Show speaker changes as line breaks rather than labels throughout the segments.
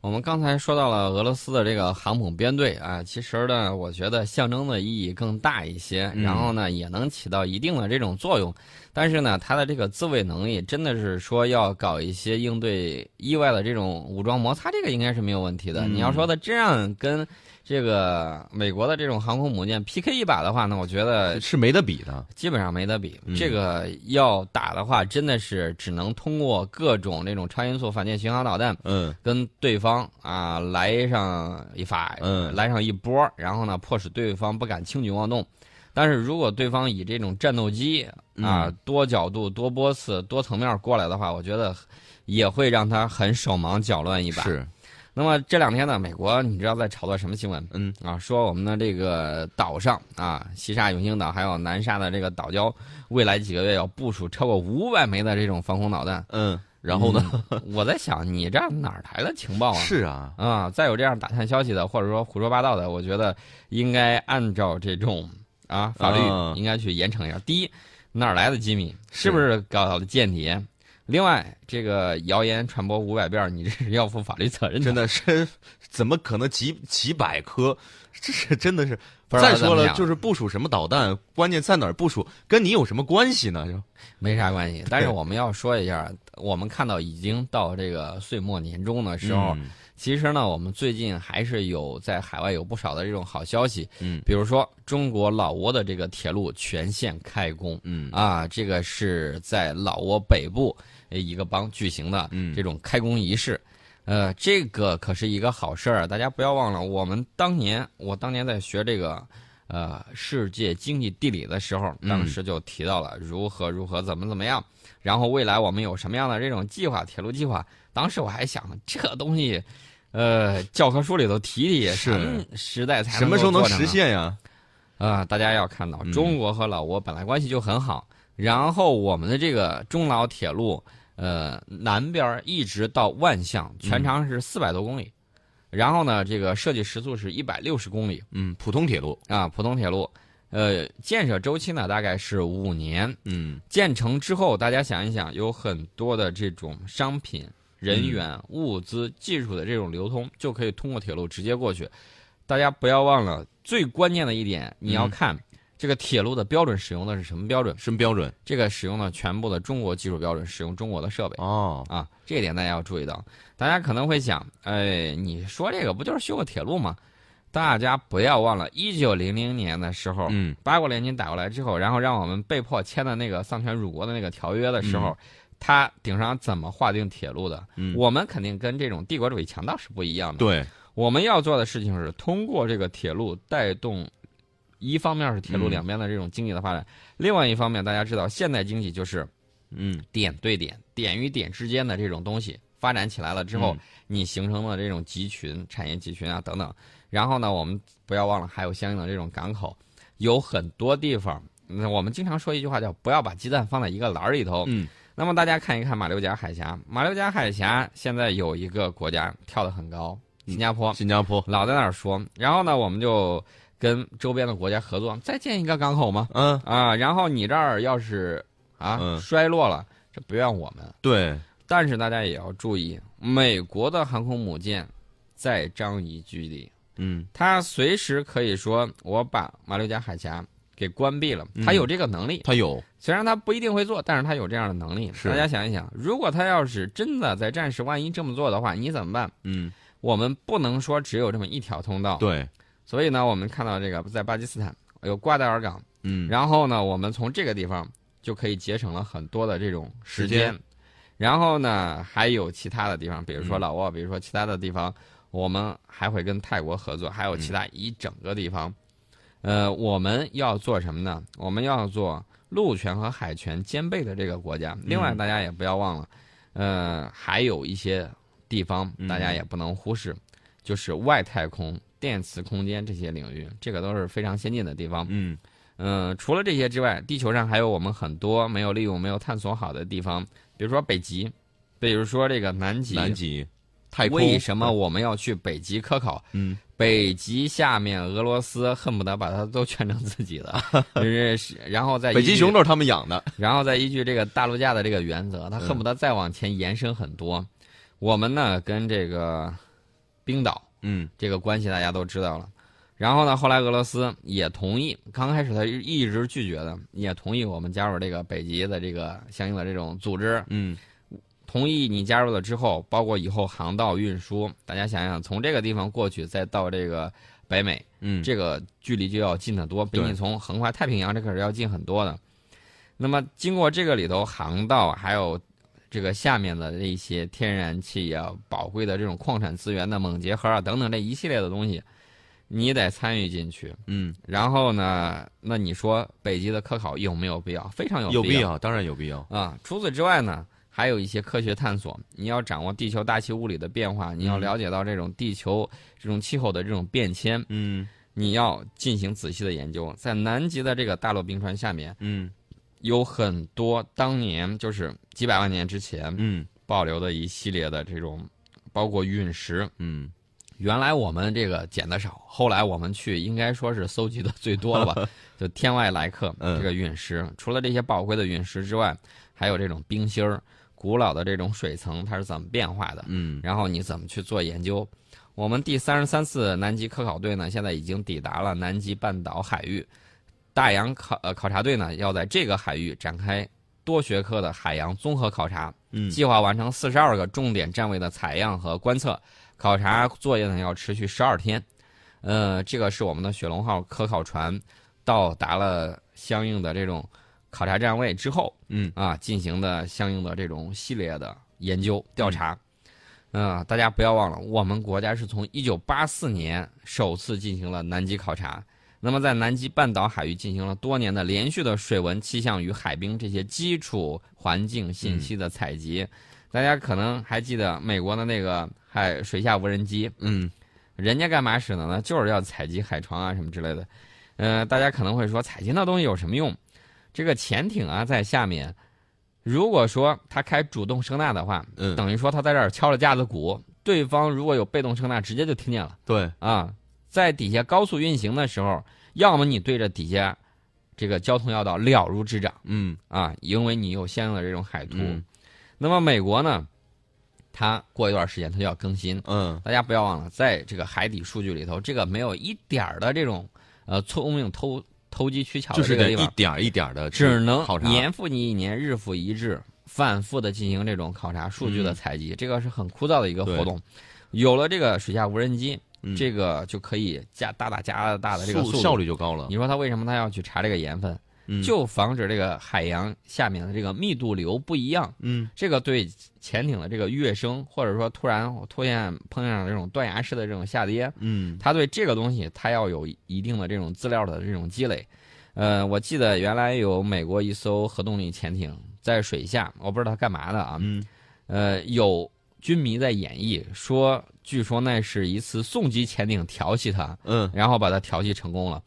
我们刚才说到了俄罗斯的这个航母编队啊，其实呢，我觉得象征的意义更大一些，
嗯
然后呢，也能起到一定的这种作用。但是呢，它的这个自卫能力真的是说要搞一些应对意外的这种武装摩擦，这个应该是没有问题的。
嗯
你要说的真让跟这个美国的这种航空母舰 PK 一把的话呢，我觉得
是没得比的。
基本上没得比。
嗯
这个要打的话，真的是只能通过各种那种超音速反舰巡航导弹
嗯
跟对方啊来上一发，
嗯
来上一波，然后呢，迫使对方不敢轻举妄动。但是如果对方以这种战斗机啊、
嗯
多角度、多波次、多层面过来的话，我觉得也会让他很手忙脚乱一把。
是，
那么这两天呢，美国你知道在炒作什么新闻？
嗯
啊，说我们的这个岛上啊，西沙永兴岛还有南沙的这个岛礁，未来几个月要部署超过五百枚的这种防空导弹。
嗯，然后呢？
我在想，你这哪儿来的情报啊？
是啊，
啊，再有这样打探消息的，或者说胡说八道的，我觉得应该按照这种啊法
啊
律应该去严惩一下。第一，哪儿来的机密？
是
是不是搞的间谍？另外，这个谣言传播五百遍儿，你这是要负法律责任
真的是，怎么可能几几百颗？这是真的是。
不知道
再说
怎么
了，
想
就是部署什么导弹，关键在哪儿部署，跟你有什么关系呢？就
没啥关系。但是我们要说一下，我们看到已经到这个岁末年终的时
哦嗯
候，，其实呢，我们最近还是有在海外有不少的这种好消息，
嗯
比如说中国老挝的这个铁路全线开工。
嗯
啊，这个是在老挝北部呃一个邦举行的
嗯
这种开工仪式。呃，这个可是一个好事儿，大家不要忘了，我们当年我当年在学这个呃世界经济地理的时候，当
嗯
时就提到了如何如何怎么怎么样，然后未来我们有什么样的这种计划，铁路计划。当时我还想这东西。呃，教科书里头提提，
是
什么时代才
嗯什么时候
够
能
做成
实
啊
现呀？
啊、大家要看到，
嗯
中国和老挝本来关系就很好，然后我们的这个中老铁路，呃，南边儿一直到万象，全长是四百多公里，然后呢，这个设计时速是一百六十公里
嗯，普通铁路，
啊，普通铁路，呃，建设周期呢大概是五年，
嗯
建成之后，大家想一想，有很多的这种商品、人员、物资、技术的这种流通，就可以通过铁路直接过去。大家不要忘了，最关键的一点，你要看这个铁路的标准使用的是什么标准。
什么标准？
这个使用的全部的中国技术标准，使用中国的设备
哦，
啊，这一点大家要注意到。大家可能会想，哎，你说这个不就是修个铁路吗？大家不要忘了，一九零零年的时候，
嗯
八国联军打过来之后，然后让我们被迫签的那个丧权辱国的那个条约的时候，他顶上怎么划定铁路的？
嗯，
我们肯定跟这种帝国主义强盗是不一样的。
对，
我们要做的事情是通过这个铁路带动，一方面是铁路
嗯
两边的这种经济的发展，另外一方面大家知道现代经济就是
嗯
点对点、点与点之间的这种东西发展起来了之后，
嗯
你形成了这种集群、产业集群啊等等。然后呢，我们不要忘了还有相应的这种港口，有很多地方。那我们经常说一句话叫“不要把鸡蛋放在一个篮儿里头”
嗯
那么大家看一看马六甲海峡，马六甲海峡现在有一个国家跳得很高，新加坡、
新加坡，
老在那儿说。然后呢，我们就跟周边的国家合作，再建一个港口吗？
嗯，
啊，然后你这儿要是啊、
嗯
衰落了，这不怨我们。
对，
但是大家也要注意，美国的航空母舰在张仪居里，
嗯
它随时可以说我把马六甲海峡给关闭了，它
嗯
有这个能力。
他有，
虽然它不一定会做，但是它有这样的能力。
是
大家想一想，如果它要是真的在战时万一这么做的话，你怎么办？
嗯，
我们不能说只有这么一条通道。
对，
所以呢，我们看到这个在巴基斯坦有瓜达尔港，
嗯，
然后呢，我们从这个地方就可以节省了很多的这种时
时间
间。然后呢，还有其他的地方，比如说
嗯
老挝，比如说其他的地方，我们还会跟泰国合作，还有其他一整个地方。呃，我们要做什么呢？我们要做陆权和海权兼备的这个国家。另外，
嗯
大家也不要忘了，呃，还有一些地方
嗯
大家也不能忽视，就是外太空、电磁空间这些领域，这个都是非常先进的地方。
嗯，
嗯，除了这些之外，地球上还有我们很多没有利用、没有探索好的地方，比如说北极，比如说这个南极。
南极，嗯太空，
为什么？我们要去北极科考？
嗯，
北极下面，俄罗斯恨不得把它都圈成自己 的，就是是然后再
北极
依据
熊都是他们养的，
然后再依据这个大陆架
嗯
的这个原则，它恨不得再往前延伸很多。我们呢，跟这个冰岛
嗯
这个关系大家都知道了。然后呢，后来俄罗斯也同意，刚开始他一直拒绝的，也同意我们加入这个北极的这个相应的这种组织。
嗯
同意你加入了之后，包括以后航道运输，大家想想，从这个地方过去，再到这个北美，
嗯，
这个距离就要近得多，比
对
你从横跨太平洋这可是要近很多的。那么经过这个里头航道，还有这个下面的这一些天然气啊、宝贵的这种矿产资源的锰结核啊等等这一系列的东西，你得参与进去。
嗯
然后呢，那你说北极的科考有没有必要？非常
有
必
必要，当然有必要。
啊。除此之外呢，还有一些科学探索，你要掌握地球大气物理的变化，你要
嗯
了解到这种地球这种气候的这种变迁。
嗯
你要进行仔细的研究。在南极的这个大陆冰川下面，
嗯
有很多当年就是几百万年之前
嗯
保留的一系列的这种，包括陨石。
嗯
原来我们这个捡的少，后来我们去应该说是搜集的最多了吧？就天外来客
嗯
这个陨石，除了这些宝贵的陨石之外，还有这种冰芯儿、古老的这种水层，它是怎么变化的？
嗯
然后你怎么去做研究？我们第三十三次南极科考队呢，现在已经抵达了南极半岛海域，大洋考呃考察队呢要在这个海域展开多学科的海洋综合考察，
嗯
计划完成四十二个重点站位的采样和观测，考察作业呢要持续十二天。呃，这个是我们的雪龙号科考船到达了相应的这种考察站位之后，
嗯
啊进行的相应的这种系列的研究调查。嗯、大家不要忘了，我们国家是从一九八四年首次进行了南极考察。那么，在南极半岛海域进行了多年的连续的水文、气象与海冰这些基础环境信息的采集。大家可能还记得美国的那个海水下无人机，
嗯
人家干嘛使的呢？就是要采集海床啊什么之类的。呃，大家可能会说，采集那东西有什么用？这个潜艇啊，在下面，如果说它开主动声呐的话，
嗯，
等于说它在这儿敲了架子鼓，对方如果有被动声呐，直接就听见了
对，
啊。在底下高速运行的时候，要么你对着底下这个交通要道了如指掌
嗯
啊，因为你有相应的这种海图。
嗯
那么美国呢，它过一段时间它就要更新，
嗯
大家不要忘了，在这个海底数据里头，这个没有一点儿的这种呃聪明偷偷鸡取巧
就
的
是
这个
得
地
一
方，
点儿一点儿的，
只能
考察
年复一年，日复一日，反复的进行这种考察数据的采
嗯
集，这个是很枯燥的一个活动。有了这个水下无人机，
嗯
这个就可以加大大加大的这个
速
速度
效。率就高了
你。说他为什么他要去查这个盐分？
嗯
就防止这个海洋下面的这个密度流不一样，
嗯
这个对潜艇的这个跃升，或者说突然突现碰上这种断崖式的这种下跌，
嗯
他对这个东西他要有一定的这种资料的这种积累。呃，我记得原来有美国一艘核动力潜艇在水下，我不知道它干嘛的啊。
嗯
呃，有军迷在演绎说，据说那是一次送机潜艇调戏它，
嗯
然后把它调戏成功了。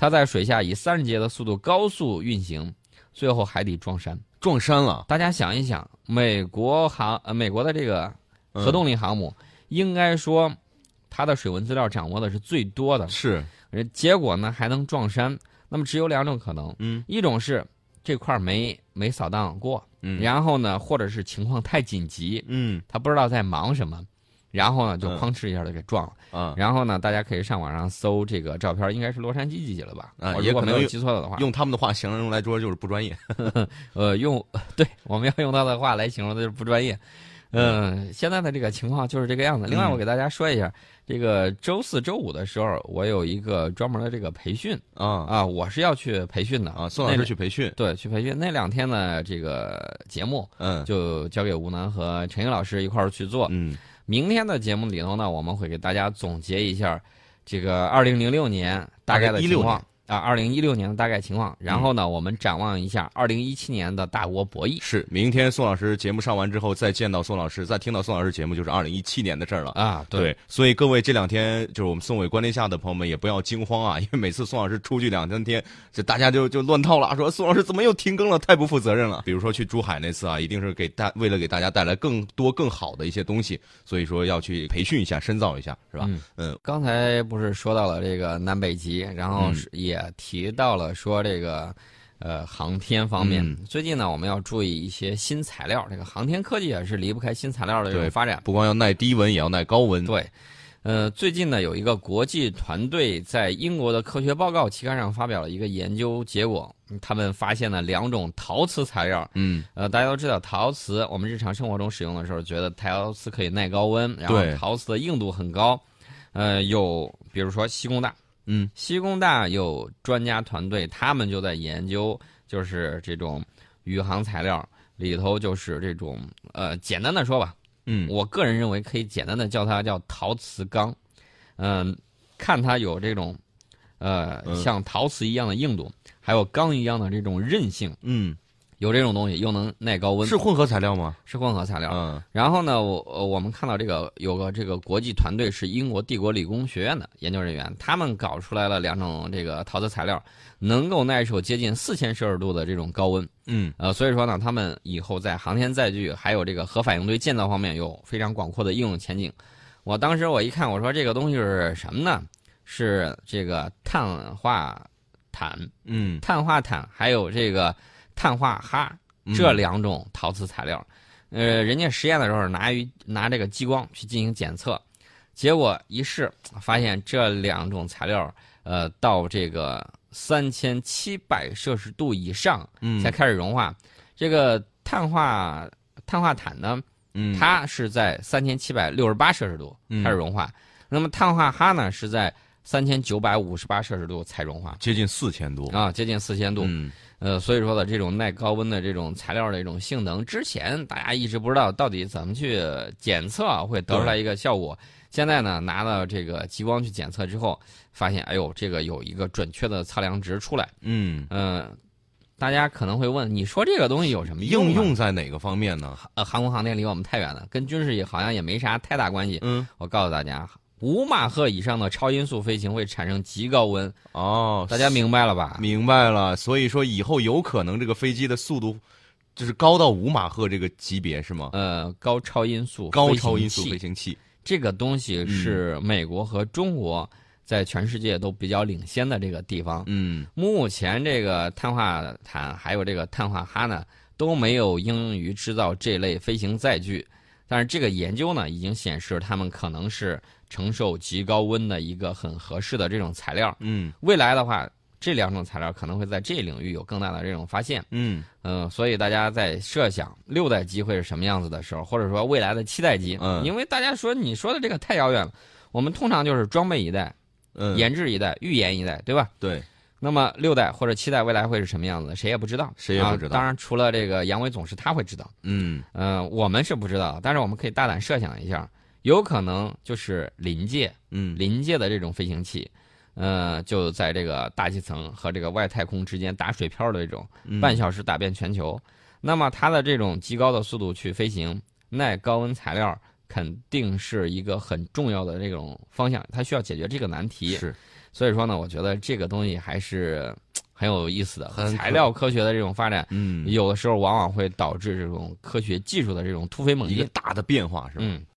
它在水下以三十节的速度高速运行，最后海底撞山。
撞山了，
大家想一想，美国航呃美国的这个
嗯
核动力航母，应该说它的水文资料掌握的是最多的，
是
呃结果呢还能撞山。那么只有两种可能，
嗯
一种是这块儿没没扫荡过，
嗯
然后呢或者是情况太紧急，
嗯
他不知道在忙什么。然后呢，就
嗯
哐哧一下就给撞了。
啊，
然后呢，大家可以上网上搜这个照片，应该是洛杉矶记起了吧？
啊
我
也
如果
可
没
能
有
用
记错的话，
用他们的话形容来说就是不专业。
呃，用对我们要用他的话来形容，他就是不专业。嗯、现在的这个情况就是这个样子。另外，
嗯
我给大家说一下，这个周四周五的时候，我有一个专门的这个培训
啊
啊，我是要去培训的
啊，宋老
那
师去培训，
对去培训那两天呢，这个节目
嗯
就交给吴楠和陈英老师一块儿去做。
嗯
明天的节目里头呢，我们会给大家总结一下这个二零零六年大概的情况啊，二零一六年的大概情况。
嗯
然后呢，我们展望一下二零一七年的大国博弈。
是，明天宋老师节目上完之后，再见到宋老师，再听到宋老师节目，就是二零一七年的事儿了。
啊，对，
对，所以各位这两天就是我们宋伟观天下的朋友们也不要惊慌啊，因为每次宋老师出去两三天，这大家就就乱套了，说宋老师怎么又停更了，太不负责任了。比如说去珠海那次啊，一定是给大为了给大家带来更多更好的一些东西，所以说要去培训一下、深造一下，是吧？
嗯
嗯
刚才不是说到了这个南北极，然后
嗯
是也提到了说这个。呃，航天方面，
嗯
最近呢，我们要注意一些新材料。这个航天科技也是离不开新材料的这种
对嗯
发展。
不光要耐低温，也要耐高温。
对，呃，最近呢，有一个国际团队在英国的科学报告期刊上发表了一个研究结果，嗯他们发现了两种陶瓷材料。
嗯，
呃，大家都知道陶瓷，我们日常生活中使用的时候，觉得陶瓷可以耐高温，然后
对
陶瓷的硬度很高。呃，有比如说西工大，
嗯，
西工大有专家团队，他们就在研究，就是这种宇航材料里头，就是这种呃，简单的说吧，
嗯，
我个人认为可以简单的叫它叫陶瓷钢，嗯、看它有这种呃
嗯
像陶瓷一样的硬度，还有钢一样的这种韧性，
嗯，
有这种东西又能耐高温，
是混合材料吗？
是混合材料。
嗯，
然后呢，我呃我们看到这个有个这个国际团队是英国帝国理工学院的研究人员，他们搞出来了两种这个陶瓷材料，能够耐受接近四千摄氏度的这种高温。
嗯，
呃，所以说呢，他们以后在航天载具还有这个核反应堆建造方面有非常广阔的应用前景。我当时我一看，我说这个东西是什么呢？是这个碳化钽、
嗯，
碳化钽还有这个碳化哈
嗯
这两种陶瓷材料。呃，人家实验的时候拿一拿这个激光去进行检测，结果一试发现这两种材料，呃，到这个三千七百摄氏度以上
嗯
才开始融化。这个碳化碳化钽呢，
嗯，
它是在三千七百六十八摄氏度
嗯
开始融化，那么碳化哈呢是在三千九百五十八摄氏度才融化
接近四千多，
啊，接近四千度。
嗯，
呃，所以说的这种耐高温的这种材料的一种性能，之前大家一直不知道到底怎么去检测啊会得出来一个效果。现在呢，拿到这个激光去检测之后，发现哎呦，这个有一个准确的测量值出来。
嗯，
嗯、大家可能会问，你说这个东西有什么
应
用啊？
用在哪个方面呢？
呃，航空航天离我们太远了，跟军事也好像也没啥太大关系。
嗯，
我告诉大家，五马赫以上的超音速飞行会产生极高温，
哦，
大家明白了吧？
明白了，所以说以后有可能这个飞机的速度就是高到五马赫这个级别是吗？
呃，高超音速
高
飞
超
行
音速
器
飞行器，
这个东西是美国和中国在全世界都比较领先的这个地方。
嗯
目前这个碳化钽还有这个碳化哈呢都没有用于制造这类飞行载具，但是这个研究呢已经显示它们可能是承受极高温的一个很合适的这种材料。
嗯
未来的话，这两种材料可能会在这一领域有更大的这种发现。
嗯
嗯，所以大家在设想六代机会是什么样子的时候，或者说未来的七代机，
嗯
因为大家说你说的这个太遥远了，我们通常就是装备一代、
嗯，
研制一代、预言一代，对吧？
对，
那么六代或者七代未来会是什么样子，谁也不知道，
谁也不知道
啊当然，除了这个杨伟总是他会知道，
嗯
嗯、我们是不知道，但是我们可以大胆设想一下，有可能就是临界
嗯
临界的这种飞行器。呃，就在这个大气层和这个外太空之间打水漂的这种，
嗯
半小时打遍全球。那么它的这种极高的速度去飞行，耐高温材料肯定是一个很重要的这种方向，它需要解决这个难题。
是
所以说呢，我觉得这个东西还是嘖很有意思的
很。可
材料科学的这种发展，
嗯
有的时候往往会导致这种科学技术的这种突飞猛
一个
进。
大的变化是吧？
嗯。